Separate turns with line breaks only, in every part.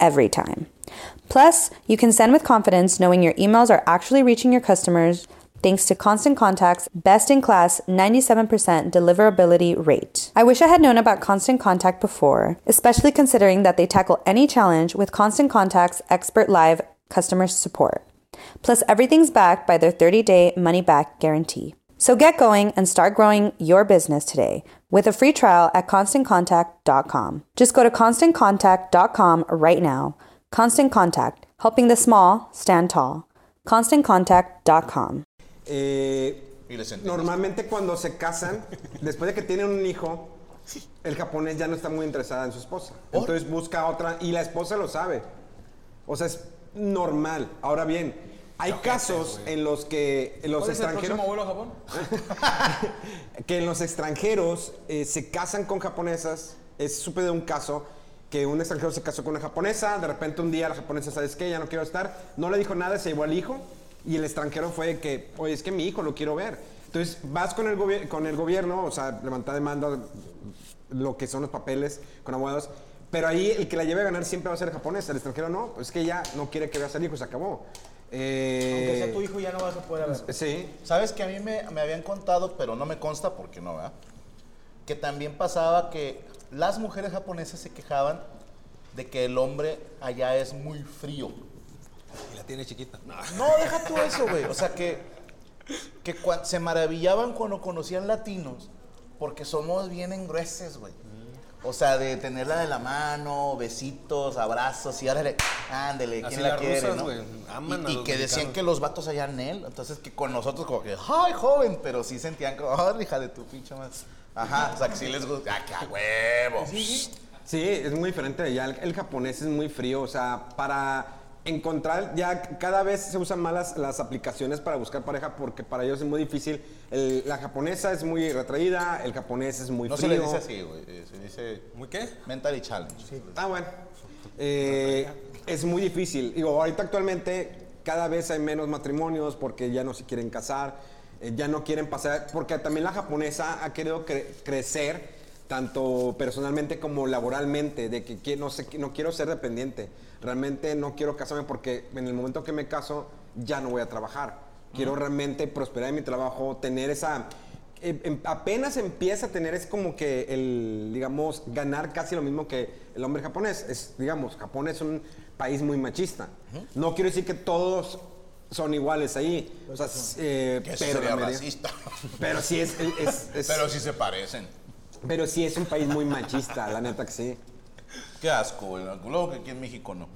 every time. Plus, you can send with confidence knowing your emails are actually reaching your customers thanks to Constant Contact's best in class 97% deliverability rate. I wish I had known about Constant Contact before, especially considering that they tackle any challenge with Constant Contact's expert live customer support. Plus, everything's backed by their 30 day money back guarantee. So get going and start growing your business today with a free trial at constantcontact.com. Just go to constantcontact.com right now. Constant Contact, helping the small stand tall. ConstantContact.com.
Eh,
Y le sentimos.
normalmente cuando se casan, después de que tienen un hijo, el japonés ya no está muy interesada en su esposa. Entonces busca otra y la esposa lo sabe. O sea, es normal. Ahora bien, hay casos en los que en los
¿Cuál es el
extranjeros
próximo vuelo a Japón?
que en los extranjeros eh, se casan con japonesas. Es, supe de un caso que un extranjero se casó con una japonesa, de repente un día la japonesa, ¿sabes qué? Ya no quiero estar. No le dijo nada, se llevó al hijo y el extranjero fue de que, oye, es que mi hijo lo quiero ver. Entonces vas con el, gobier- con el gobierno, o sea, levantar demanda, lo que son los papeles con abogados. Pero ahí el que la lleve a ganar siempre va a ser el japonés, el extranjero no, pues es que ya no quiere que veas al hijo, se acabó. Eh,
Aunque sea tu hijo, ya no vas a poder ver.
Sí,
Sabes que a mí me, me habían contado, pero no me consta porque no, ¿verdad? Que también pasaba que las mujeres japonesas se quejaban de que el hombre allá es muy frío.
Y la tiene chiquita.
No, deja tú eso, güey. O sea, que, que cua- se maravillaban cuando conocían latinos porque somos bien engrueses, güey. O sea, de tenerla de la mano, besitos, abrazos y árale, ándele,
Así
¿quién la
las
quiere?
rusas,
no?
güey, aman
y
a
y
los
que decían
mexicanos.
que los vatos allá en él, entonces que con nosotros como que, ¡ay, joven! Pero sí sentían como, ¡ay, hija de tu pinche madre! Ajá, o sea, que sí les gusta, ¡ah, qué huevo!
Sí, es muy diferente. Ya el, el japonés es muy frío. O sea, para encontrar, ya c- cada vez se usan más las, las aplicaciones para buscar pareja porque para ellos es muy difícil. El- la japonesa es muy retraída, el japonés es muy
No se
frío.
le dice así, güey, eh, se dice
¿Muy qué?
mentally challenge.
Ah, bueno. Eh, es muy difícil. Digo, ahorita actualmente cada vez hay menos matrimonios porque ya no se quieren casar, eh, ya no quieren pasar, porque también la japonesa ha querido cre- crecer tanto personalmente como laboralmente, de que qui- no, sé, no quiero ser dependiente, realmente no quiero casarme porque en el momento que me caso ya no voy a trabajar, quiero realmente prosperar en mi trabajo, tener esa, em- em- apenas empieza a tener es como que el, digamos, ganar casi lo mismo que el hombre japonés. Es, digamos, Japón es un país muy machista. No quiero decir que todos son iguales ahí. O sea, s- eh,
Pues, Que eso
pero, la
sería
mayoría-
racista.
pero sí es, es- es-
Pero sí se parecen.
pero sí es un país muy machista, la neta que sí.
Qué asco, güey. Luego que aquí en México no.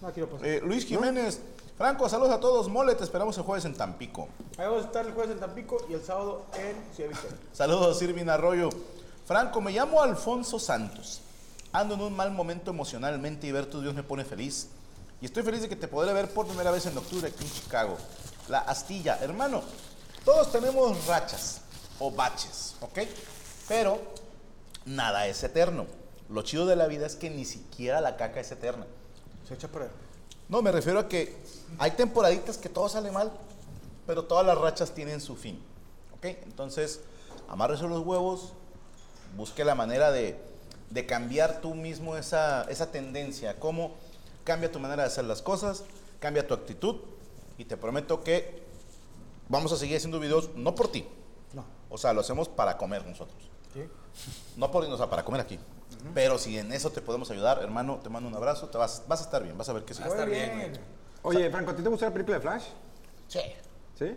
No Ah, quiero pues. pasar.
Eh, Luis Jiménez, Franco, saludos a todos. Mole, te esperamos el jueves en Tampico.
Ahí vamos a estar el jueves en Tampico y el sábado en Ciudad Victoria.
Saludos, Irvin Arroyo. Franco, me llamo Alfonso Santos. Ando en un mal momento emocionalmente y ver tus Dios me pone feliz. Y estoy feliz de que te podré ver por primera vez en octubre aquí en Chicago. La Astilla, hermano, todos tenemos rachas o baches, ¿ok? Pero nada es eterno. Lo chido de la vida es que ni siquiera la caca es eterna.
Se echa para allá.
No, me refiero a que hay temporaditas que todo sale mal, pero todas las rachas tienen su fin. ¿Ok? Entonces, amárrese los huevos, busque la manera de, de cambiar tú mismo esa, esa tendencia. ¿Cómo? Cambia tu manera de hacer las cosas, cambia tu actitud, Y te prometo que vamos a seguir haciendo videos, no por ti. O sea, lo hacemos para comer nosotros. No por, o sea, para comer aquí. Pero si en eso te podemos ayudar, hermano, te mando un abrazo, te vas, vas a estar bien, vas a ver que sí.
Va a estar bien, güey.
Oye, Franco, ¿a ti te gusta la película de Flash?
Sí.
¿Sí?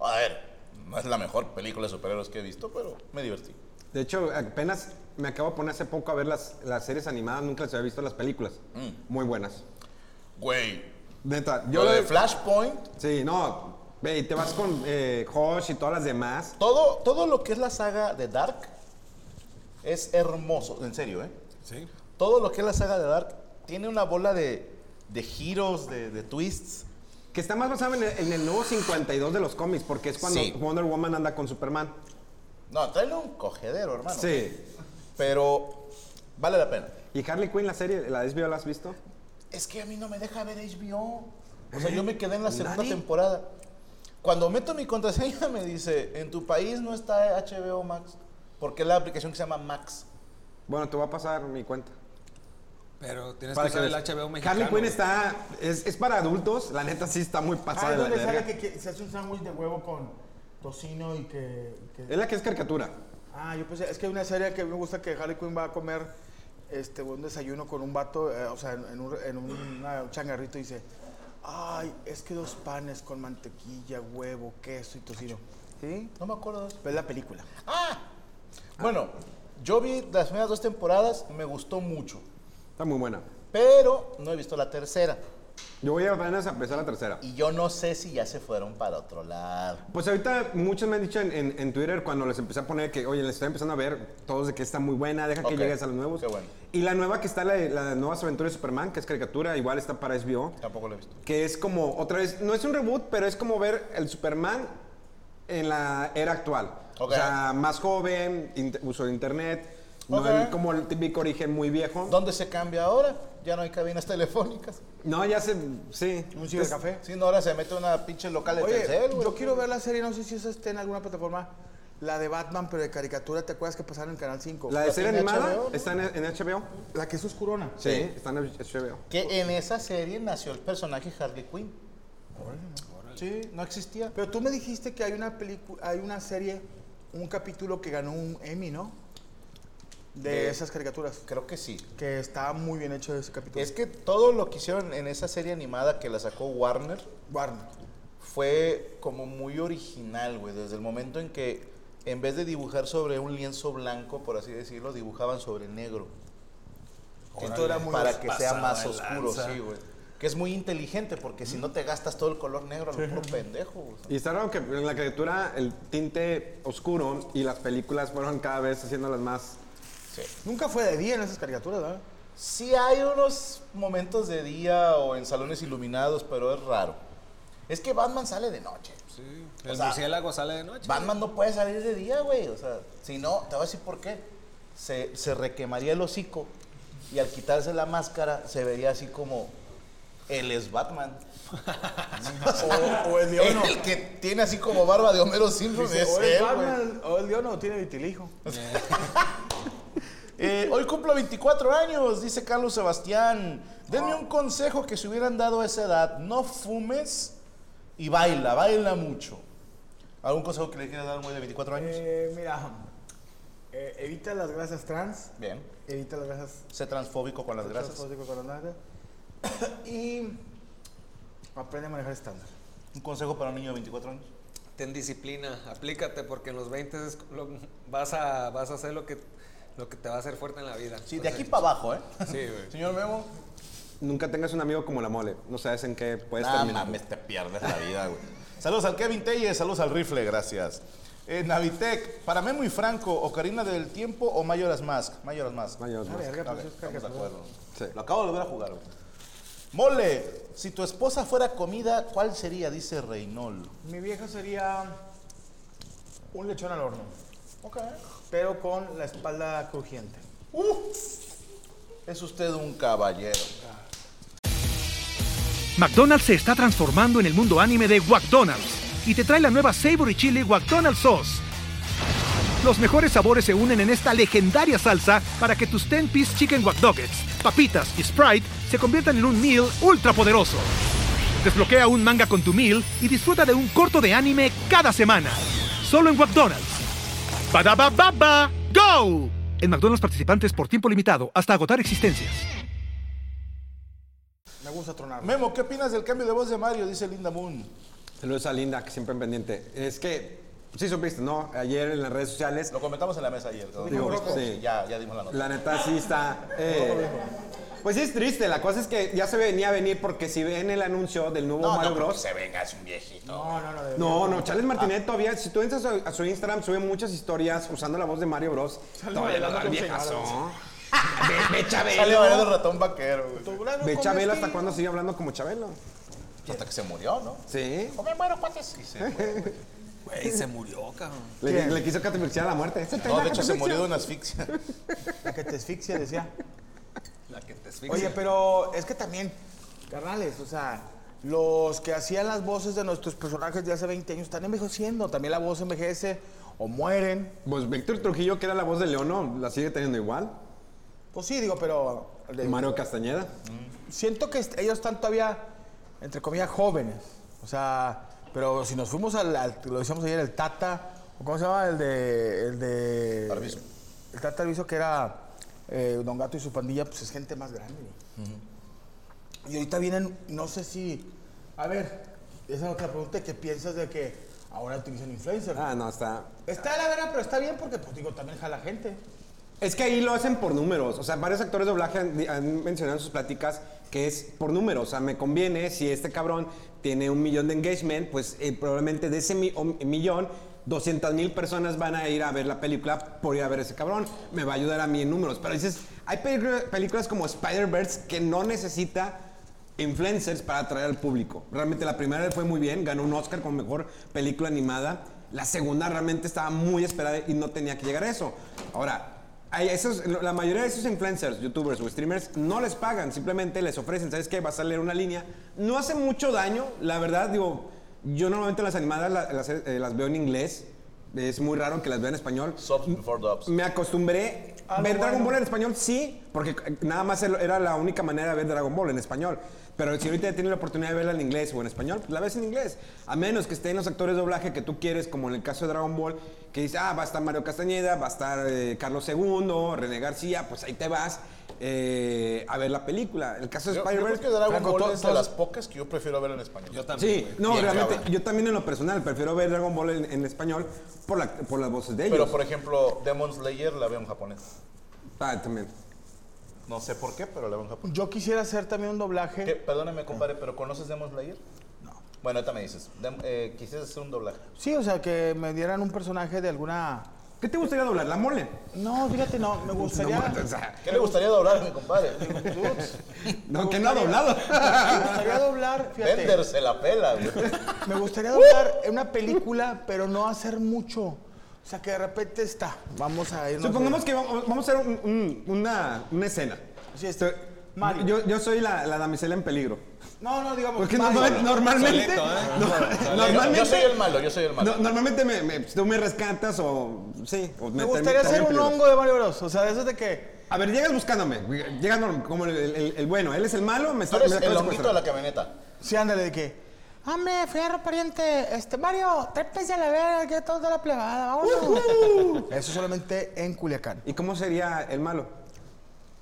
A ver, no es la mejor película de superhéroes que he visto, pero me divertí.
De hecho, apenas me acabo de poner hace poco a ver las, las series animadas, nunca les había visto las películas. Muy buenas.
Güey,
Neta,
yo
yo
Mm. lo
le-
de Flashpoint,
Sí, no. Ve, y te vas con eh, Josh y todas las demás.
todo, todo lo que es la saga de Dark es hermoso, en serio, ¿eh?
Sí.
Todo lo que es la saga de Dark tiene una bola de, de giros, de, de twists.
Que está más basado en el, en el nuevo 52 de los cómics, porque es cuando
Sí.
Wonder Woman anda con Superman.
No, trae un cogedero, hermano.
Sí.
Pero vale la pena.
¿Y Harley Quinn, la serie, la de HBO, la has visto?
Es que a mí no me deja ver HBO. O
Eh,
sea, yo me quedé en la segunda
¿Nadie?
temporada. Cuando meto mi contraseña me dice, en tu país no está HBO Max, porque es la aplicación que se llama Max.
Bueno, te voy a pasar mi cuenta.
Pero tienes
Para
que
que
usar el
veas.
HBO mexicano.
Harley Quinn está. Es, es para adultos, la neta sí está muy
Ah,
pasada de
es
la
donde sale
verga.
que, que se hace un sándwich de huevo con tocino y que... y que-
Es la que es caricatura.
Ah, yo pensé, es que hay una serie que me gusta que Harley Quinn va a comer este, un desayuno con un vato, eh, o sea, en, en un, en un- una- un changarrito y dice, ay, es que dos panes con mantequilla, huevo, queso y tocino. ¿Sí?
No me acuerdo de eso.
Ves la película.
¡Ah! Bueno, yo vi las primeras dos temporadas, me gustó mucho,
Está muy buena.
pero no he visto la tercera.
Yo voy a apenas a empezar la tercera.
Y yo no sé si ya se fueron para otro lado.
Pues ahorita muchos me han dicho en, en- en Twitter cuando les empecé a poner que, oye, les estoy empezando a ver todos de que está muy buena, deja
Ok,
que llegues a los nuevos.
qué bueno.
Y la nueva que está, la, de- la de Nuevas Aventuras de Superman, que es caricatura, igual está para HBO,
Tampoco la he visto.
que es como, otra vez, no es un reboot, pero es como ver el Superman en la era actual.
Ok.
O sea, más joven, int- uso de internet,
Ok.
no el- como el típico origen muy viejo.
¿Dónde se cambia ahora? Ya no hay cabinas telefónicas.
No, ya se, sí.
¿Un cibercafé?
Sí, no, ahora se mete una pinche local de Telcel,
Oye,
güey.
yo quiero ver la serie, no sé si esa está en alguna plataforma, la de Batman, pero de caricatura, ¿te acuerdas que pasaron en Canal 5?
La de serie
¿Está en
animada
HBO, no?
está en, en HBO.
La que es oscurona.
Sí, está en HBO.
Que en esa serie nació el personaje Harley Quinn. Sí, no existía.
Pero tú me dijiste que hay una película, hay una serie, un capítulo que ganó un Emmy, ¿no? De,
De-
esas caricaturas.
Creo que sí.
Que está muy bien hecho ese capítulo.
Es que todo lo que hicieron en esa serie animada que la sacó Warner
Warner.
fue como muy original, güey. Desde el momento en que en vez de dibujar sobre un lienzo blanco, por así decirlo, dibujaban sobre negro.
Esto era muy
para que sea
pasada
más
de
oscuro,
lanza.
sí, güey. Que es muy inteligente porque si no te gastas todo el color negro, lo puro pendejo. güey.
Y está raro que en la criatura el tinte oscuro y las películas fueron cada vez haciéndolas más.
Nunca fue de día en esas caricaturas, ¿verdad?
Sí hay unos momentos de día o en salones iluminados, pero es raro. Es que Batman sale de noche.
Sí. El
sea,
murciélago sale de noche.
Batman no puede salir de día, güey. O sea, si no, te voy a decir por qué. Se, se requemaría el hocico y al quitarse la máscara se vería así como él es Batman. o, el de
Ono.
El que tiene así como barba de Homero Simpson
Dice,
es
o el
él, güey.
Batman, o el León, o tiene vitilijo.
Eh, hoy cumplo 24 años, dice Carlos Sebastián. Denme un consejo que se hubieran dado a esa edad. No fumes y baila, baila mucho. ¿Algún consejo que le quieras dar a un güey de 24 años?
Eh, mira, eh, evita las grasas trans.
Bien.
Evita las grasas
Sé transfóbico con las grasas.
Transfóbico con las grasas. Y aprende a manejar estándar.
Un consejo para un niño de 24 años.
Ten disciplina, aplícate porque en los 20 es lo- vas, a, vas a hacer lo que, lo que te va a hacer fuerte en la vida.
Sí, de aquí
Entonces,
para abajo, ¿eh?
Sí, güey.
Señor Memo.
Nunca tengas un amigo como la mole. No sabes en qué puedes
Nada
terminar.
mames, te pierdes la vida, güey. Saludos al Kevin Telles, saludos al Rifle, gracias. Eh, Navitec, para Memo y Franco, Ocarina del Tiempo o Mayoras Mask. Mayoras Mask.
Mayoras Mask.
Ah, verga,
Ok,
pues es
estamos de
caricatura.
acuerdo.
Sí.
Lo acabo de volver a jugar, güey. Mole, si tu esposa fuera comida, ¿cuál sería? Dice Reynold.
Mi vieja sería un lechón al horno,
Ok.
pero con la espalda crujiente.
Es usted un caballero.
McDonald's se está transformando en el mundo anime de McDonald's y te trae la nueva Savory Chili McDonald's Sauce. Los mejores sabores se unen en esta legendaria salsa para que tus 10-piece chicken wack doggets, papitas y Sprite se conviertan en un meal ultra poderoso. Desbloquea un manga con tu meal y disfruta de un corto de anime cada semana. Solo en McDonald's. Badaba baba, go. En McDonald's participantes por tiempo limitado hasta agotar existencias.
Me gusta tronar.
Memo, ¿qué opinas del cambio de voz de Mario? Dice Linda Moon.
Saludos a Linda, que siempre pendiente. Es que, sí supiste, ¿no? Ayer en las redes sociales,
Lo comentamos en la mesa ayer. ¿no?
Digo,
Roco,
sí.
Ya, ya dimos la nota.
la neta sí está... eh, pues sí es triste, la cosa es que ya se venía a venir porque si ven el anuncio del nuevo
No,
Mario
no, creo que Ah.
Bros...
se venga, es un viejito.
No, no, no. de-
No, no, Charles Martinet todavía, si tú entras a, a su Instagram, sube muchas historias usando la voz de Mario Bros. Todavía
bailando
la
con
viejazo. Ve, ve
Sale bailando el
Chabelo.
ratón vaquero, güey.
Ve Chabelo hasta cuándo sigue hablando como Chabelo.
Hasta que se murió, ¿no?
Sí.
O me muero, cuates. Y se fue.
Güey, se murió, cabrón.
Le, le quiso catapultar a la muerte. Ese
No,
tema
de hecho se
catapultar.
murió de una asfixia.
La que te asfixia, decía.
La que te asfixia.
Oye, pero es que también, carnales, o sea, los que hacían las voces de nuestros personajes de hace 20 años están envejeciendo. También la voz envejece o mueren.
Pues Víctor Trujillo, que era la voz de Leono, la sigue teniendo igual.
Pues sí, digo, pero de-
Mario Castañeda.
siento que est- ellos están todavía, entre comillas, jóvenes. O sea, pero si nos fuimos al, al- lo decíamos ayer, el Tata, ¿o ¿cómo se llama? El de... El de...
Tarviso.
El Tata Tarviso, que era eh, Don Gato y su pandilla, pues es gente más grande. güey. Y ahorita vienen, no sé si... A ver, esa es otra pregunta, ¿qué piensas de que ahora utilizan influencers?
Ah, no, está.
Está la verdad, pero está bien porque, pues digo, también jala gente.
Es que ahí lo hacen por números. O sea, varios actores de doblaje han, di- han mencionado en sus pláticas que es por números. O sea, me conviene si este cabrón tiene un millón de engagement, pues eh, probablemente de ese mi- o- millón, 200 mil personas van a ir a ver la película por ir a ver ese cabrón. Me va a ayudar a mí en números. Pero dices, hay pelicru- películas como Spider-Verse que no necesita influencers para atraer al público. Realmente la primera le fue muy bien, ganó un Oscar como mejor película animada. La segunda realmente estaba muy esperada y no tenía que llegar a eso. Ahora, hay esos, la mayoría de esos influencers, youtubers o streamers no les pagan, simplemente les ofrecen, ¿sabes qué? Vas a leer una línea. No hace mucho daño, la verdad, digo, yo normalmente las animadas la- las, eh, las veo en inglés. Es muy raro que las vea en español.
Subs before dubs.
Me acostumbré.
Pues, Ah,
ver
no,
Dragon
bueno.
Ball en español sí, porque eh, nada más el- era la única manera de ver Dragon Ball en español. Pero si ahorita tienes la oportunidad de verla en inglés o en español, pues la ves en inglés. A menos que estén los actores de doblaje que tú quieres, como en el caso de Dragon Ball, que dice, ah, va a estar Mario Castañeda, va a estar eh, Carlos II, René García, pues ahí te vas eh, a ver la película. El caso de
Yo, yo creo
Spider-Verse.
que Dragon
Franco,
Ball
to-
es de
todos-
las pocas que yo prefiero ver en español.
Yo también.
Sí,
güey.
no,
Bien,
realmente,
cabrón.
yo también en lo personal prefiero ver Dragon Ball en, en español por, la- por las voces de ellos.
Pero por ejemplo, Demon Slayer la veo en japonés.
Ah, también.
No sé por qué, pero la veo en japonés.
Yo quisiera hacer también un doblaje.
¿Qué? Perdóname, compadre, pero ¿conoces Demon Slayer? No. Bueno, ahorita me dices. Dem- eh, quisieras hacer un doblaje.
Sí, o sea, que me dieran un personaje de alguna...
¿Qué te gustaría doblar? ¿La mole?
No, fíjate, no, me gustaría...
No, o sea,
¿Qué le gustaría doblar a mi compadre?
no, que no ha doblado.
Me gustaría doblar, fíjate.
Bender se la pela, güey.
Me gustaría doblar en una película, pero no hacer mucho. O sea, que de repente está. Vamos a irnos.
Supongamos que vamos, vamos a hacer un- un- una, una escena.
Sí, este,
Estoy-
Mario.
Yo, yo soy la, la damisela en peligro.
No, no, digamos.
Porque
Mario.
normal- normalmente.
Solito, ¿eh?
no,
Yo,
normalmente.
yo soy el malo, yo soy el malo.
no, normalmente me, me- tú me rescatas o. Sí. o
Me
te-
gustaría
te-
hacer
en
un
peligro.
hongo de Mario Bros. O sea, de esos de que.
A ver, llegas buscándome. Llegas norm- como el, el- el bueno. Él es el malo, me está.
Tú eres
me acaba
el
de
honguito de la
secuestrar.
camioneta.
Sí, ándale, de que. Hombre, fierro pariente. Este, Mario, trépese a la verga, que todo de la plebada. Vámonos. Eso solamente en Culiacán.
¿Y cómo sería el malo?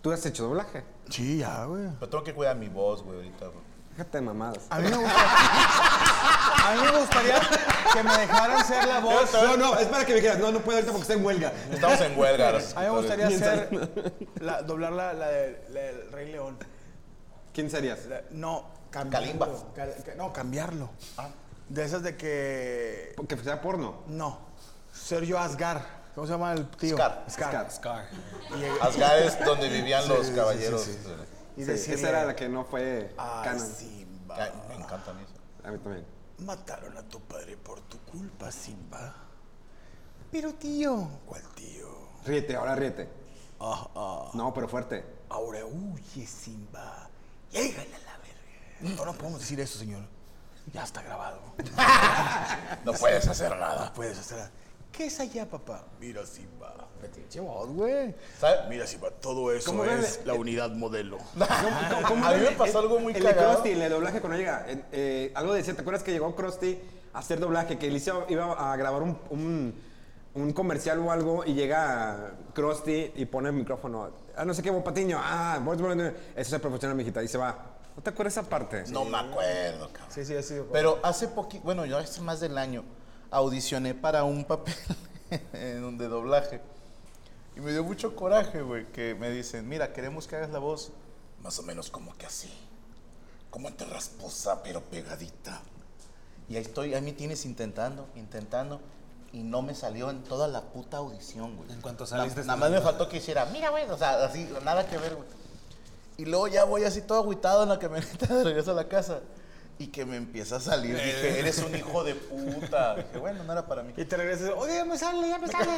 Tú has hecho doblaje.
Sí, ya, güey.
Pero tengo que cuidar mi voz, güey, ahorita. güey.
Déjate de mamadas.
A mí me gustaría. A mí me gustaría que me dejaran ser la voz.
No, no, es para que me dijeras, no, no puedo ahorita porque está en huelga.
Estamos en huelga. ahora sí.
A mí me gustaría hacer la- doblar la, la de- la del Rey León.
¿Quién serías?
La- no,
Kalimba.
cambiarlo. Cal- ca- no, cambiarlo. De esas de que.
Que sea porno.
No. Ser yo Asgar. ¿Cómo se llama el tío?
Scar.
Scar.
Scar.
Y,
Asgard es donde vivían los
sí, sí,
caballeros.
sí, y
Sí,
decirle,
esa era la que no fue
"Ay,
canon.
Simba.
Ay, me encanta a mí eso.
A mí también.
Mataron a tu padre por tu culpa, Simba. Pero tío. ¿Cuál tío?
Ríete, ahora ríete.
Ah, ah.
No, pero fuerte.
Ahora huye, Simba. Llégale a la verga. No, no podemos decir eso, señor. Ya está grabado.
No puedes hacer nada.
Puedes hacer. ¿Qué es allá, papá? Mira, Simba.
Pinche voz, güey. ¿Sabes?
Mira, Simba, todo eso
¿Cómo
es
ves?
la unidad modelo.
¿Cómo- cómo
A mí
era
me
el-
pasó
el-
algo muy
el
cagado.
De Krusty, el de doblaje cuando llega. eh, eh, algo decía, ¿te acuerdas que llegó Krusty a hacer doblaje? Que él hizo- iba a grabar un, un- un comercial o algo y llega Krusty y pone el micrófono. Ah, no sé qué, Bob Patiño. Ah, Bob Patiño. Eso es profesional, mijita. Y se va. ¿No te acuerdas esa parte?
No me acuerdo, cabrón.
Sí, sí, así.
Pero hace poquito, bueno, yo hace más del año, audicioné para un papel en un de doblaje. Y me dio mucho coraje, güey, que me dicen, mira, queremos que hagas la voz. Más o menos como que así. Como entre rasposa, pero pegadita. Y ahí estoy, ahí me tienes intentando, intentando. Y no me salió en toda la puta audición, güey.
En cuanto saliste,
Na- Nada más me faltó que hiciera, mira, güey, o sea, así, nada que ver, güey. Y luego ya voy así todo agüitado en la camioneta de regreso a la casa. Y que me empieza a salir. Dije, eres un hijo de puta. Dije, bueno, no era para mí.
Y te regresas, oye, ya me sale, ya me sale.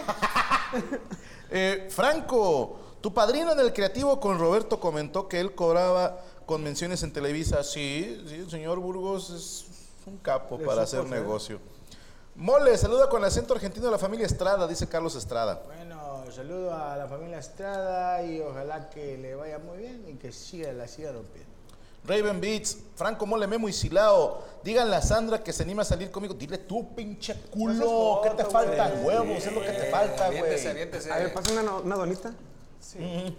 Eh, Franco, tu padrino en el creativo con Roberto comentó que él cobraba con menciones en Televisa. Sí, sí, el señor Burgos es un ¿eh? capo para hacer negocio. Mole, saluda con acento argentino a la familia Estrada, dice Carlos Estrada.
Bueno, saludo a la familia Estrada y ojalá que le vaya muy bien y que siga, la siga rompiendo.
Raven Beats, Franco Mole, Memo y Silao. Díganle a Sandra que se anima a salir conmigo. Dile tú, pinche culo.
No seas
¿Qué te
gordo,
falta?
güey.
Huevos, es lo que te falta,
Eh, Aviéntese,
güey.
aviéntese.
A ver, pasa una, no- una donita. Sí.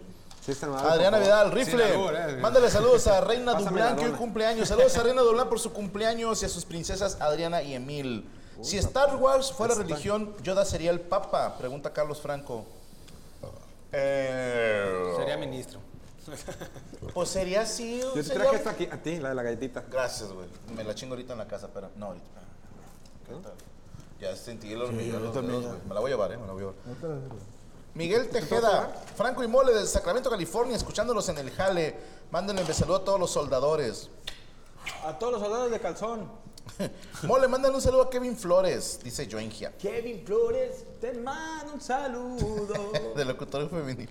Sí, está mal, por
Adriana
favor.
Vidal, rifle.
Sin albur, eh.
Mándale saludos a Reina
Pásame la
Dublán, que hoy
dona.
cumpleaños. Saludos a Reina Dublán por su cumpleaños y a sus princesas Adriana y Emil. Si Star Wars fuera religión, Yoda sería el Papa, pregunta Carlos Franco. Eh,
Sería ministro.
pues sería así.
Yo te
sería-
traje esta aquí, a ti, la de la galletita.
Gracias, güey. Me la chingo ahorita en la casa, pero no ahorita. ¿Qué tal? Ya sentí el hormigueo. en los dedos, güey. me la voy a llevar, eh, me la voy a llevar. Miguel Tejeda, Franco y Mole del Sacramento, California, escuchándolos en el jale. Mándenle un saludo a todos los soldadores.
A todos los soldados de calzón.
Mole, mándale un saludo a Kevin Flores, dice Joingia,
Kevin Flores, te mando un saludo.
de locutor femenil.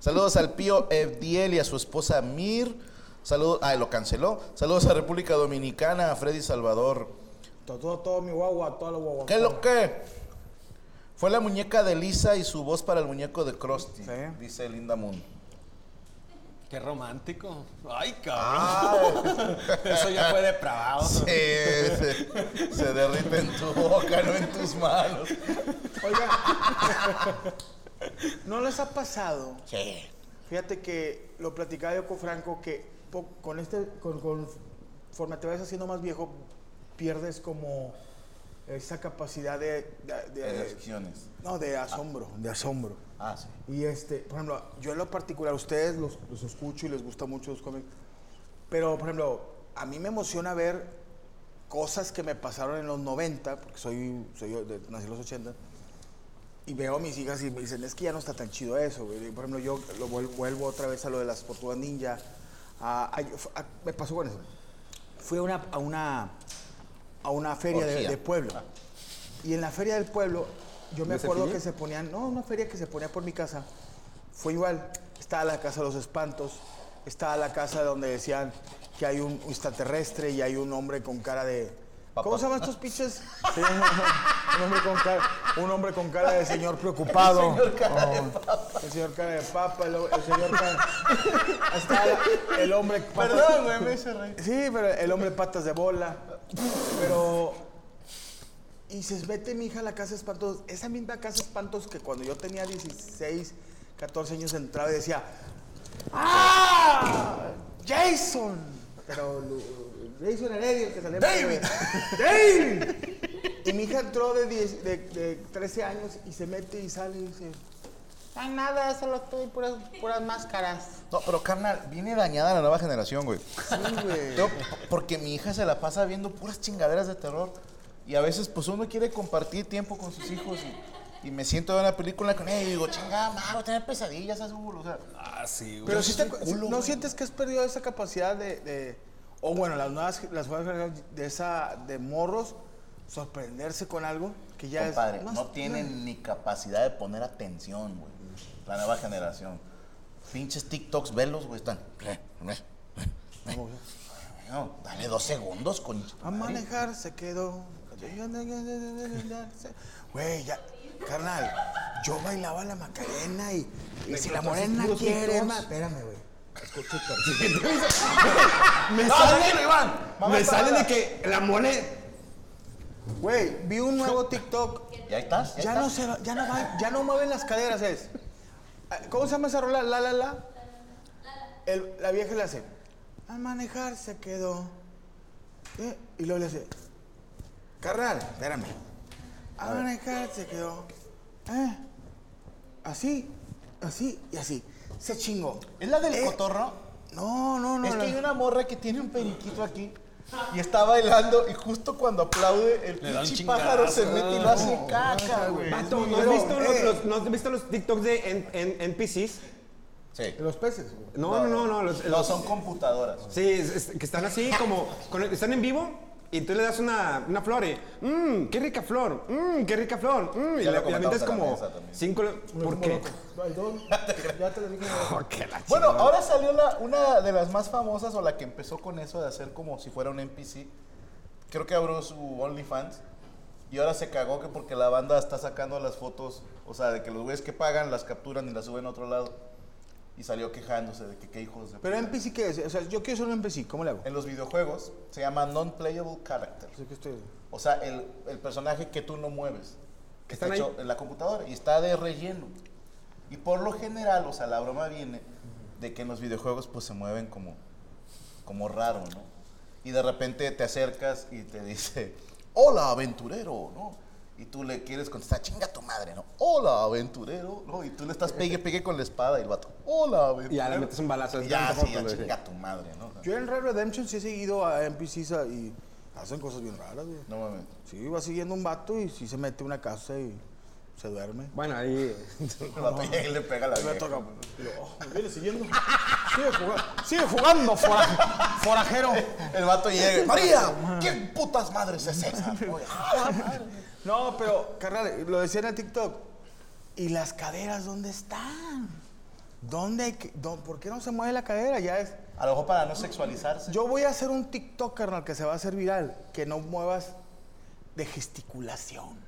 Saludos al pío Evdiel y a su esposa Mir. Saludos, ah, lo canceló. Saludos a República Dominicana, a Freddy Salvador.
todo, todo, todo mi guagua, todo lo guagua.
¿Qué es lo que? Fue la muñeca de Lisa y su voz para el muñeco de Krusty,
Sí.
dice Linda Moon.
Qué romántico. Ay, cabrón. Eso ya fue depravado.
Sí, se, se derrite en tu boca, no en tus manos.
Oiga, ¿no les ha pasado? Fíjate que lo platicaba yo con Franco que po- con este, con, conforme te vas haciendo más viejo, pierdes como esa capacidad de, de- de-
Elecciones.
no, de asombro, de asombro.
Ah, sí.
Y este, por ejemplo, yo en lo particular, ustedes los, los escucho y les gusta mucho los cómics, pero por ejemplo, a mí me emociona ver cosas que me pasaron en los 90, porque soy, soy yo de- nací en los 80, y veo a mis hijas y me dicen, es que ya no está tan chido eso. güey". Y, por ejemplo, yo lo vuel- vuelvo otra vez a lo de las tortugas ninja. a- a- a- me pasó con eso. Fui a una, a una, a una feria de,
Orgía.
de pueblo. Y en la feria del pueblo, yo me
¿De
acuerdo
Cepillín?
que se ponían, no, una feria que se ponía por mi casa. Fue igual, estaba la casa de los espantos, estaba la casa donde decían que hay un extraterrestre y hay un hombre con cara de... ¿Cómo
Papá.
se llaman estos pinches? Sí, un, hombre con cara, un hombre con cara de señor preocupado. El señor cara de papa. El señor cara de papa, el, el señor cara... Estaba la- el hombre...
Perdón, güey, me hice reír.
Sí, pero el hombre patas de bola. Pero. Y se mete mi hija a la casa de espantos. Esa misma casa de espantos que cuando yo tenía 16, 14 años entraba y decía: ¡Ah! ¡Jason! Pero lo- Jason Heredia, el que salía. en
¡David!
¡David! Y mi hija entró de, 10 de, de 13 años y se mete y sale y dice:
No hay nada, solo estoy puras, puras máscaras.
No, pero carnal, viene dañada la nueva generación, güey.
Sí, güey.
Yo, porque mi hija se la pasa viendo puras chingaderas de terror. Y a veces, pues uno quiere compartir tiempo con sus hijos. Y, y me siento en una película con ella y digo, chingada, madre, voy a tener pesadillas, es un culo", o sea,
Ah, sí, güey.
Pero sí te-
soy culo,
¿no
güey.
sientes que has perdido esa capacidad de, de- o bueno, las nuevas, las nuevas generaciones de esa, de morros, sorprenderse con algo que ya
Compadre,
es más-
no tienen ni capacidad de poner atención, güey. La nueva generación. Pinches TikToks velos, güey, están. No, dale dos segundos,
Ah,
con.
A manejar se quedó. Güey, ya. Carnal, yo bailaba la Macarena y, y si
encontraste
la morena
puros
quiere
TikToks?
más. Espérame, güey.
Me no,
sale-
tranquilo, Iván.
Me sale de que la mole.
Güey, vi un nuevo TikTok.
¿Y ahí estás?
Ya no se va- ya no va- ya no mueven las caderas, es. Ah, ¿Cómo se llama esa rola? La la la. El- la vieja le hace. Al manejar se quedó. Eh, Y luego le hace. Carnal, espérame. Al manejar se quedó. Eh, Así, así y así. Se chingó.
¿Es la del
Eh,
cotorro?
No, no, no.
es que
la-
hay una morra que tiene un periquito aquí y está bailando y justo cuando aplaude el
Le da un
pinche pájaro se
chingadazo.
mete y lo hace caca, güey.
Vato, ¿no has
Pero,
visto los,
eh.
los- ¿no has visto los TikToks de N- N- NPCs?
Sí.
Los peces, güey.
No, no, no, no. los-
No, son computadoras.
Sí, es- es que están así como, con- están en vivo y tú le das una, una flor y, mmm, qué rica flor, mmm, qué rica flor, mmm, y
Ya
la,
lo
la
comentamos
avientas
en la
como
mesa también.
cinco, ¿por qué?
Ay, don, Ya te lo dije.
¿Por qué la
Bueno,
chingada?
ahora salió la, una de las más famosas o la que empezó con eso de hacer como si fuera un NPC. Creo que abrió su OnlyFans y ahora se cagó que porque la banda está sacando las fotos, o sea, de que los güeyes que pagan las capturan y las suben a otro lado. Y salió quejándose de que qué hijos de...
Pero NPC, ¿qué es? O sea, yo quiero ser un NPC. ¿Cómo le hago?
En los videojuegos se llama non-playable character.
Así que estoy-
O sea, el, el personaje que tú no mueves. Que está
¿Están ahí?
hecho en la computadora y está de relleno. Y por lo general, o sea, la broma viene de que en los videojuegos pues se mueven como, como raro, ¿no? Y de repente te acercas y te dice, hola aventurero, ¿no? Y tú le quieres contestar, chinga tu madre, ¿no? Hola aventurero, ¿no? Y tú le estás pegue, pegue con la espada y el vato, hola aventurero.
Y ya le metes un balazo.
Y ya,
Tampoco,
sí, ya
güey.
chinga tu madre, ¿no?
Yo en Red Redemption sí he seguido a NPCs a- y hacen cosas bien raras, güey.
No mames.
Sí, va siguiendo un vato y sí se mete a una casa y se duerme.
Bueno, ahí,
El vato llega y le pega a la
Me
vieja.
toca, y yo, oh, me viene siguiendo. Sigue jugando, sigue jugando, fora- forajero.
El vato llega. María, ¿quién putas madres es esa? Oye, ah, la madre.
No, pero, carnal, lo decía en el TikTok. ¿Y las caderas dónde están? ¿Dónde, hay que- dó- ¿Por qué no se mueve la cadera? Ya es...
A lo mejor para no sexualizarse.
Yo voy a hacer un TikTok, carnal, que se va a hacer viral. Que no muevas de gesticulación.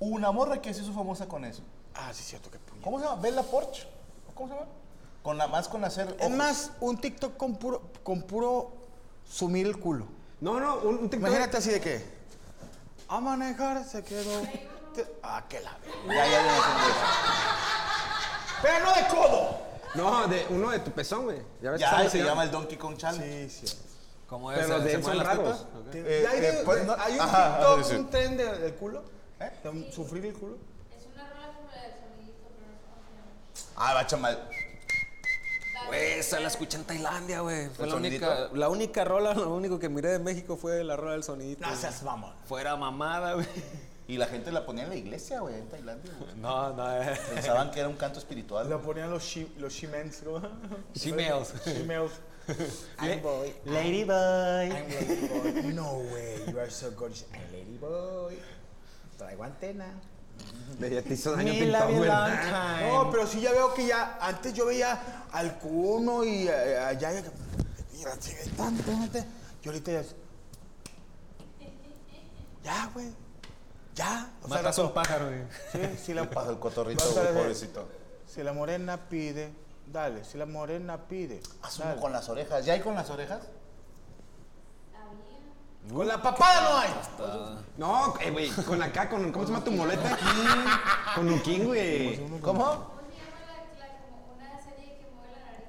Una morra que se hizo famosa con eso.
Ah, sí, cierto, qué puñal.
¿Cómo se llama? Bella Porch. ¿Cómo se llama? Con la más con hacer.
Es
ojos.
más, un TikTok con puro, con puro sumir el culo.
no, no, un, un TikTok.
Imagínate así de que. A manejar se quedó. te- Ah, que la ve.
Ya, ya, ya, ya.
¡Pero no de codo!
No, de uno de tu pezón, güey. Ya ves
Ya,
que
ya,
sale
se
así,
llama el Donkey Kong Challenge.
Sí, sí.
¿Cómo es?
Pero los
¿Se-
de
se
él son
mueven las
raros.
tetas?
Eh,
¿Y hay,
eh,
de-
pues,
de-
no-
hay un
ajá,
TikTok,
sí, sí.
un tren de- del culo.
¿Eh?
De sufrir el culo.
Ah, va chamal.
Güey, esa Pues, la escuché en Tailandia, güey. Fue
¿El
la única,
sonidito?
la única rola, lo único que miré de México fue la rola del sonidito. güey.
mamón.
Fuera mamada, güey.
Y la gente la ponía en la iglesia, güey, en Tailandia, güey.
No, no, eh.
Pensaban que era un canto espiritual.
Lo ponían los, shi, los shimens, ¿no?
Shemales.
Shimels.
Ladyboy.
No way, you are so gorgeous. I'm lady boy. Traigo antena.
De ya te hizo daño
Me
pintado,
love you
güey.
long time.
No, pero sí ya veo que ya. Antes yo veía al cuno y eh, allá. y- y la chica, y tan, tan, tan. Y ahorita ya. es- Ya, güey. Ya. O sea,
Matas un pájaro, güey.
sí, sí la,
Pasa el cotorrito,
Vas a
güey,
ver.
pobrecito.
si la morena pide, dale. Si la morena pide.
Haz uno
Dale.
con las orejas. ¿Ya hay con las orejas?
Con la papada no hay.
No, eh, güey, con acá, con, ¿cómo se llama tu moleta aquí? Con un king, güey.
¿Cómo?
Una serie que mueve la nariz.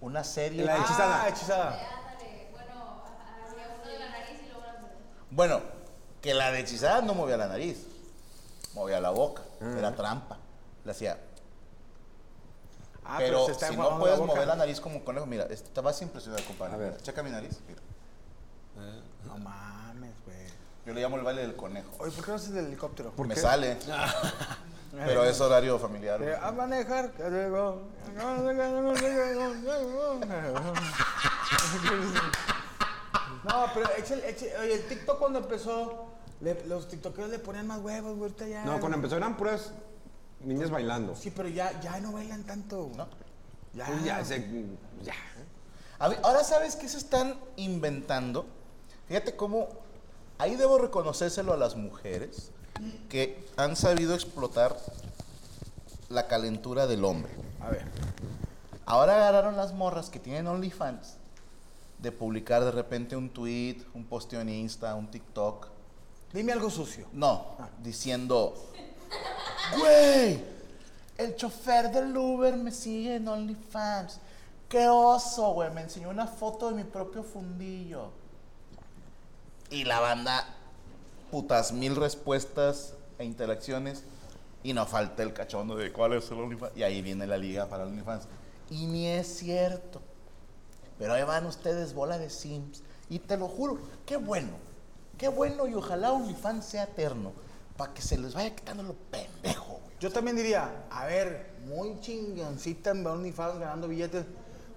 Una serie.
La hechizada.
Ah, hechizada.
Ándale, bueno, a- había uno de la nariz y luego la mueve.
Bueno, que la de hechizada no movía la nariz, movía la boca, era trampa. Le hacía.
Ah,
pero
se está
si
enjuagando
no puedes
boca.
mover la nariz como un conejo, mira, esto te vas a impresionar, compadre.
A ver.
Mira, Checa mi nariz. mira.
No mames, güey.
Yo le llamo el baile del conejo.
Oye, ¿por qué no haces del helicóptero?
Me sale. pero es horario familiar.
Eh,
güey.
A manejar. que llegó, No, pero échale, échale- oye, el TikTok cuando empezó, le- los TikTokeros le ponían más huevos, güey, ahorita ya.
No, cuando
em-
empezó eran puras niñas bailando.
Sí, pero ya, ya no bailan tanto.
¿No?
Ya.
Pues ya, se, ya.
A ver, ahora sabes que se están inventando. Fíjate cómo Ahí debo reconocérselo a las mujeres que han sabido explotar la calentura del hombre.
A ver.
Ahora agarraron las morras que tienen OnlyFans de publicar de repente un tweet, un posteo en Insta, un TikTok.
Dime algo sucio.
No, diciendo, güey, el chofer del Uber me sigue en OnlyFans. Qué oso, güey, me enseñó una foto de mi propio fundillo. Y la banda, putas mil respuestas e interacciones. Y no falta el cachondo de cuál es el OnlyFans. Y ahí viene la liga para el OnlyFans. Y ni es cierto. Pero ahí van ustedes, bola de Sims. Y te lo juro, qué bueno. Qué bueno y ojalá OnlyFans sea eterno. Para que se les vaya quitando lo pendejo, güey.
Yo también diría, a ver, muy chingoncita en OnlyFans ganando billetes.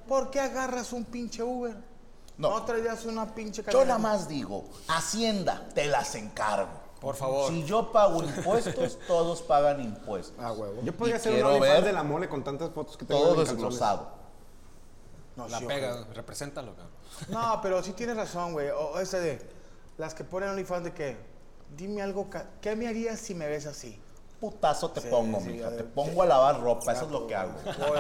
¿Por qué agarras un pinche Uber?
No.
No traerías una pinche
Yo
camioneta?
nada más digo, Hacienda, te las encargo.
Por favor.
Si yo pago impuestos, todos pagan impuestos.
Ah,
A huevo.
Yo podría
Y
hacer un
quiero
OnlyFans
ver
de la mole con tantas fotos que tengo.
Todo
de mis calzones.
desglosado.
No,
La
sí,
pega, represéntalo, cabrón.
No, pero sí tienes razón, güey. O o ese de las que ponen OnlyFans de que, dime algo, ca- ¿qué me harías si me ves así?
Putazo te
Sí,
pongo,
sí,
mija.
a ver,
Te
sí.
pongo a lavar ropa, eso es lo que hago.
O,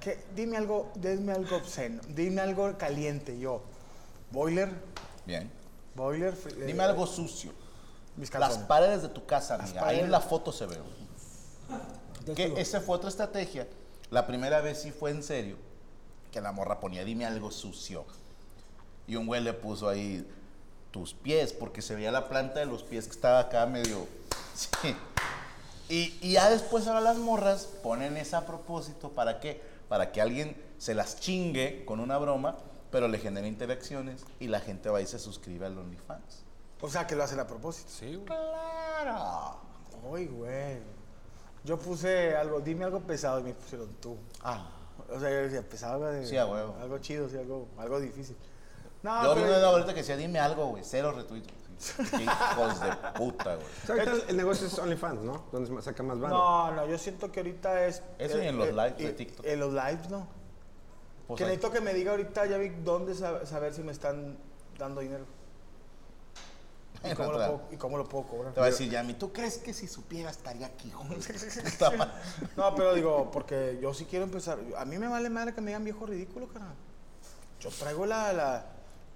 ¿qué- Dime algo, dime algo obsceno, dime algo caliente. Yo, boiler,
Bien.
boiler. fri- eh,
Dime algo sucio.
Mis
Las
calzones.
paredes de tu casa, amiga. Ahí
paredes.
en la foto se ve. güey.
Yo
Que
estuvo.
esa fue otra estrategia. La primera vez sí fue en serio. Que la morra ponía, dime algo sucio. Y un güey le puso ahí tus pies, porque se veía la planta de los pies que estaba acá medio. Sí. Y, y ya después ahora las morras ponen esa a propósito. ¿Para qué? Para que alguien se las chingue con una broma, pero le genere interacciones y la gente va y se suscribe al OnlyFans.
O sea, que lo hacen a propósito.
Sí, güey.
¡Claro!
Ay, güey. Yo puse algo, dime algo pesado y me pusieron tú.
Ah.
O sea, yo decía, pesado, güey.
Sí, a huevo.
Algo chido, sí, algo, algo difícil. No,
Yo vi
pero-
una ahorita que decía, dime algo, güey. Cero retweets. Sí. Qué Hijos de puta, güey.
O sea, ahorita el negocio es OnlyFans, ¿no? Donde se saca más banda.
No, no, yo siento que ahorita es. eh,
Eso y en los lives de TikTok.
En los lives, no.
Pues
que
ahí-
necesito que me diga ahorita, ya vi dónde sa- saber si me están dando dinero. ¿Y cómo, lo
Natural.
puedo, y cómo lo puedo cobrar?
Te va a decir, Yami, ¿tú crees que si supiera estaría aquí, hijo de puta madre?
No, pero digo, porque yo sí quiero empezar. A mí me vale madre que me digan viejo ridículo, carnal. Yo traigo la. la-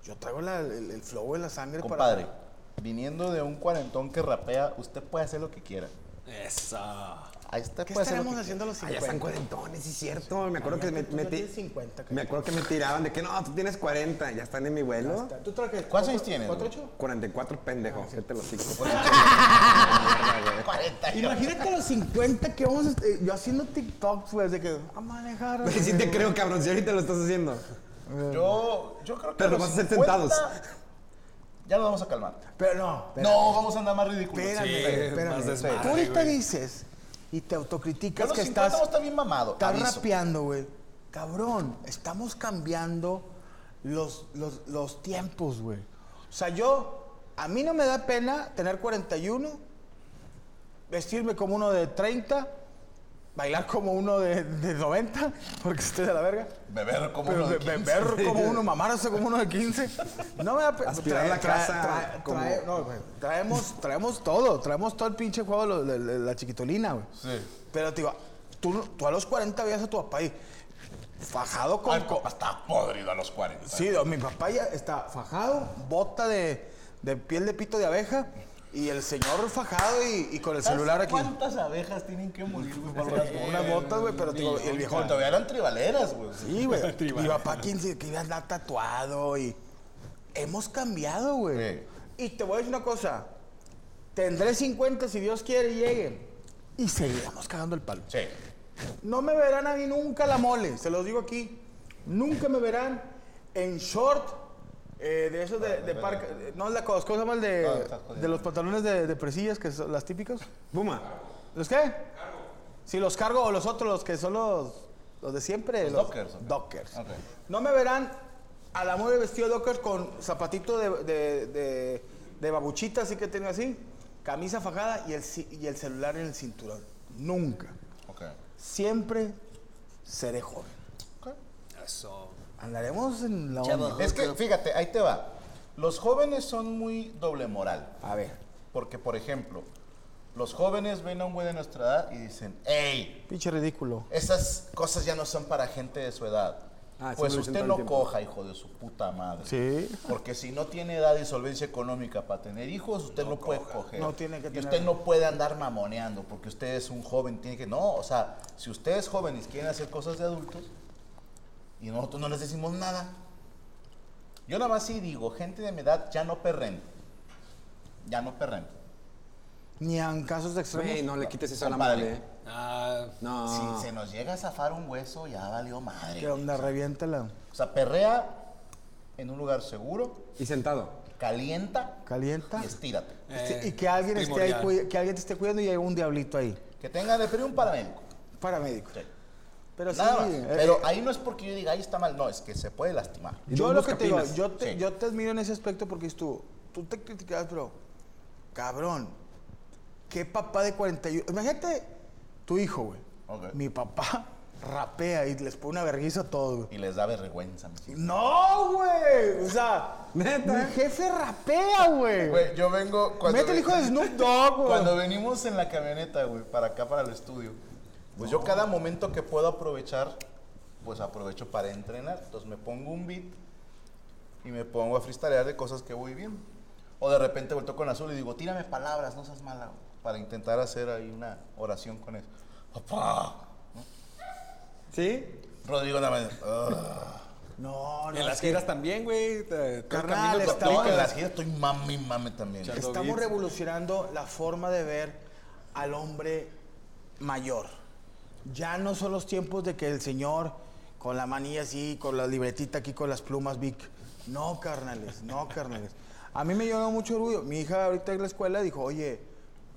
yo traigo la- el, el flow de la sangre
Compadre,
para.
viniendo de un cuarentón que rapea, usted puede hacer lo que quiera.
Esa.
Ahí está,
¿Qué
puede hacer lo
estaremos
que
haciendo a los
Ah, ya están
50?
cuarentones, sí es cierto. Me acuerdo que me, me, ti-
tienes 50, cabrón.
me acuerdo que me tiraban de que no, tú tienes 40, ya Ah, están en mi vuelo.
¿Tú traes qué?
¿Cuántos años
¿Cuatro-
tienes,
¿Cuatro
güey?
ocho?
44 pendejo, siete los cinco.
quiera. 40 y-
Imagínate a los 50 que vamos, a- eh, yo haciendo TikToks, güey, de que a manejar.
Sí te creo, cabrón, si ahorita lo estás haciendo.
Yo, yo creo que.
Pero
a los
vas a hacer sentados.
50 Ya lo vamos a calmar.
Pero no,
No, vamos a andar más ridículos.
espérame,
Sí.
güey, espérame.
más
Tú
desmadre,
ahorita
güey.
dices y te
Ya
autocriticas
los
que
50
estás,
vamos a estar bien mamado.
estás
aviso.
rapeando, güey. Cabrón, estamos cambiando los, los, los tiempos, güey. O sea, yo, a mí no me da pena tener 41, vestirme como uno de 30, bailar como uno de, de 90, porque estoy de la verga.
Beber como
Pero
uno de
be- beber como uno, mamarse como uno de 15. No me da pe-
Aspirar la casa como-
no, güey, traemos, traemos todo, traemos todo el pinche juego de lo- de, de la chiquitolina, güey.
Sí.
Pero te digo, tú, no- tú a los 40 veías a tu papá ahí fajado con.
Ay, co- está podrido a los 40.
sí, digo, mi papá ya está fajado, bota de, de piel de pito de abeja y el señor fajado y, y con el celular aquí.
¿Cuántas abejas tienen que morir, güey? por unas- por
Unas botas, güey, pero te digo, y el
viejo.
viejón.
Todavía eran tribaleras, güey.
Sí, güey. Mi papá 15 que iba a andar tatuado y. Hemos cambiado, güey.
Sí.
Y te voy a decir una cosa. Tendré 50 si Dios quiere y lleguen. Y seguiremos cagando el palo.
Sí.
No me verán a mí nunca la mole, se los digo aquí. Nunca me verán en short eh, de esos de, de parque. No, la cosa, ¿cómo se llama el
Ah,
de,
estás jodiendo.
de los pantalones de, de presillas, que son las típicas?
Buma,
¿Los qué? Si los cargo o los otros, los que son los, los de siempre.
Los dockers, ok.
Dockers.
Ok.
No me verán a la mole vestido de dockers con zapatito de, de, de- de babuchita, así que tengo así, camisa fajada y el, ci- y el celular en el cinturón. Nunca.
Ok.
Siempre seré joven.
Eso.
Andaremos en la onda.
Es que, fíjate, ahí te va. Los jóvenes son muy doble moral.
A ver,
Porque, por ejemplo, los jóvenes ven a un güey de nuestra edad y dicen, ¡Ey!
Pinche ridículo.
Esas cosas ya no son para gente de su edad.
Ah, sí
pues
me lo dicen
usted
todo el
no
tiempo.
coja, hijo de su puta madre.
Sí.
Porque si no tiene edad y solvencia económica para tener hijos, usted no, puede coger.
No tiene que
y usted
tener-
no puede andar mamoneando porque usted es un joven, tiene que... No, o sea, si ustedes jóvenes quieren hacer cosas de adultos y nosotros no les decimos nada. Yo nada más sí digo, gente de mi edad, ya no perren. Ya no perren.
Ni en casos extremos.
Güey, no le quites eso a la
Compadre.
madre. ¿eh?
Ah,
No.
Si se nos llega a zafar un hueso, ya valió madre.
¿Qué onda? Reviéntala.
O sea, perrea en un lugar seguro,
Y sentado.
calienta
Calienta.
y estírate.
Este, y que alguien, esté ahí,
primordial.
cuida- que alguien te esté cuidando y hay un diablito ahí.
Que tenga de frío un paramédico.
Paramédico.
Sí.
Pero sí.
Nada más.
eh,
Pero ahí no es porque yo diga, ahí está mal. No, es que se puede lastimar.
Y
Yo
no
lo que
busca
te digo,
pilas.
yo te,
Sí.
yo te admiro en ese aspecto porque dices tú, tú te criticabas, pero, cabrón, qué papá de 41. Imagínate tu hijo, güey.
Ok.
Mi papá rapea y les pone una vergüenza a todos, güey.
Y les da vergüenza. mis hijos.
No, güey. O sea,
Neta.
mi jefe rapea, güey.
¿eh? Güey, yo vengo... Cuando
Mete el hijo de Snoop Dogg, güey.
Cuando venimos en la camioneta, güey, para acá, para el estudio, pues yo cada momento que puedo aprovechar, pues aprovecho para entrenar. Entonces me pongo un beat y me pongo a freestylear de cosas que voy viendo. O de repente vuelto con azul y digo, tírame palabras, no seas mala, güey", para intentar hacer ahí una oración con eso. Papá.
¿Sí?
Rodrigo Ah. nada más. "Ugh".
No, no.
en las
es que
giras también, güey. te- todo el
Carnal,
camino te
está-
No,
tocan.
que en las giras estoy mami, mame también.
Chale.
Estamos
Beats.
revolucionando la forma de ver al hombre mayor. Ya no son los tiempos de que el señor con la manilla así, con la libretita aquí, con las plumas Vic. No, carnales, no, carnales. A mí me llenó mucho orgullo. Mi hija ahorita en la escuela dijo, oye,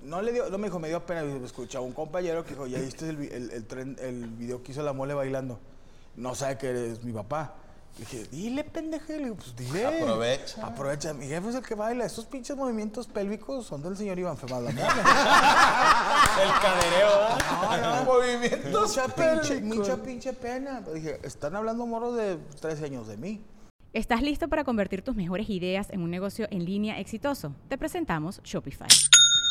no le dio, no me dijo, me dio pena. Escuchaba un compañero que dijo, ya viste el, vi- el, el tren- el video que hizo la mole bailando. No sabe que eres mi papá. Le dije, dile, pendejo. Le digo, pues dile.
Aprovecha.
Aprovecha. Mi jefe es el que baila. Esos pinches movimientos pélvicos son del señor Iván Femal. La mole.
El cadereo, ¿verdad? Movimientos
mucha, pinche,
pélvicos.
mucha pinche pena. Le Dije, están hablando moros de 13 años de mí.
¿Estás listo para convertir tus mejores ideas en un negocio en línea exitoso? Te presentamos Shopify.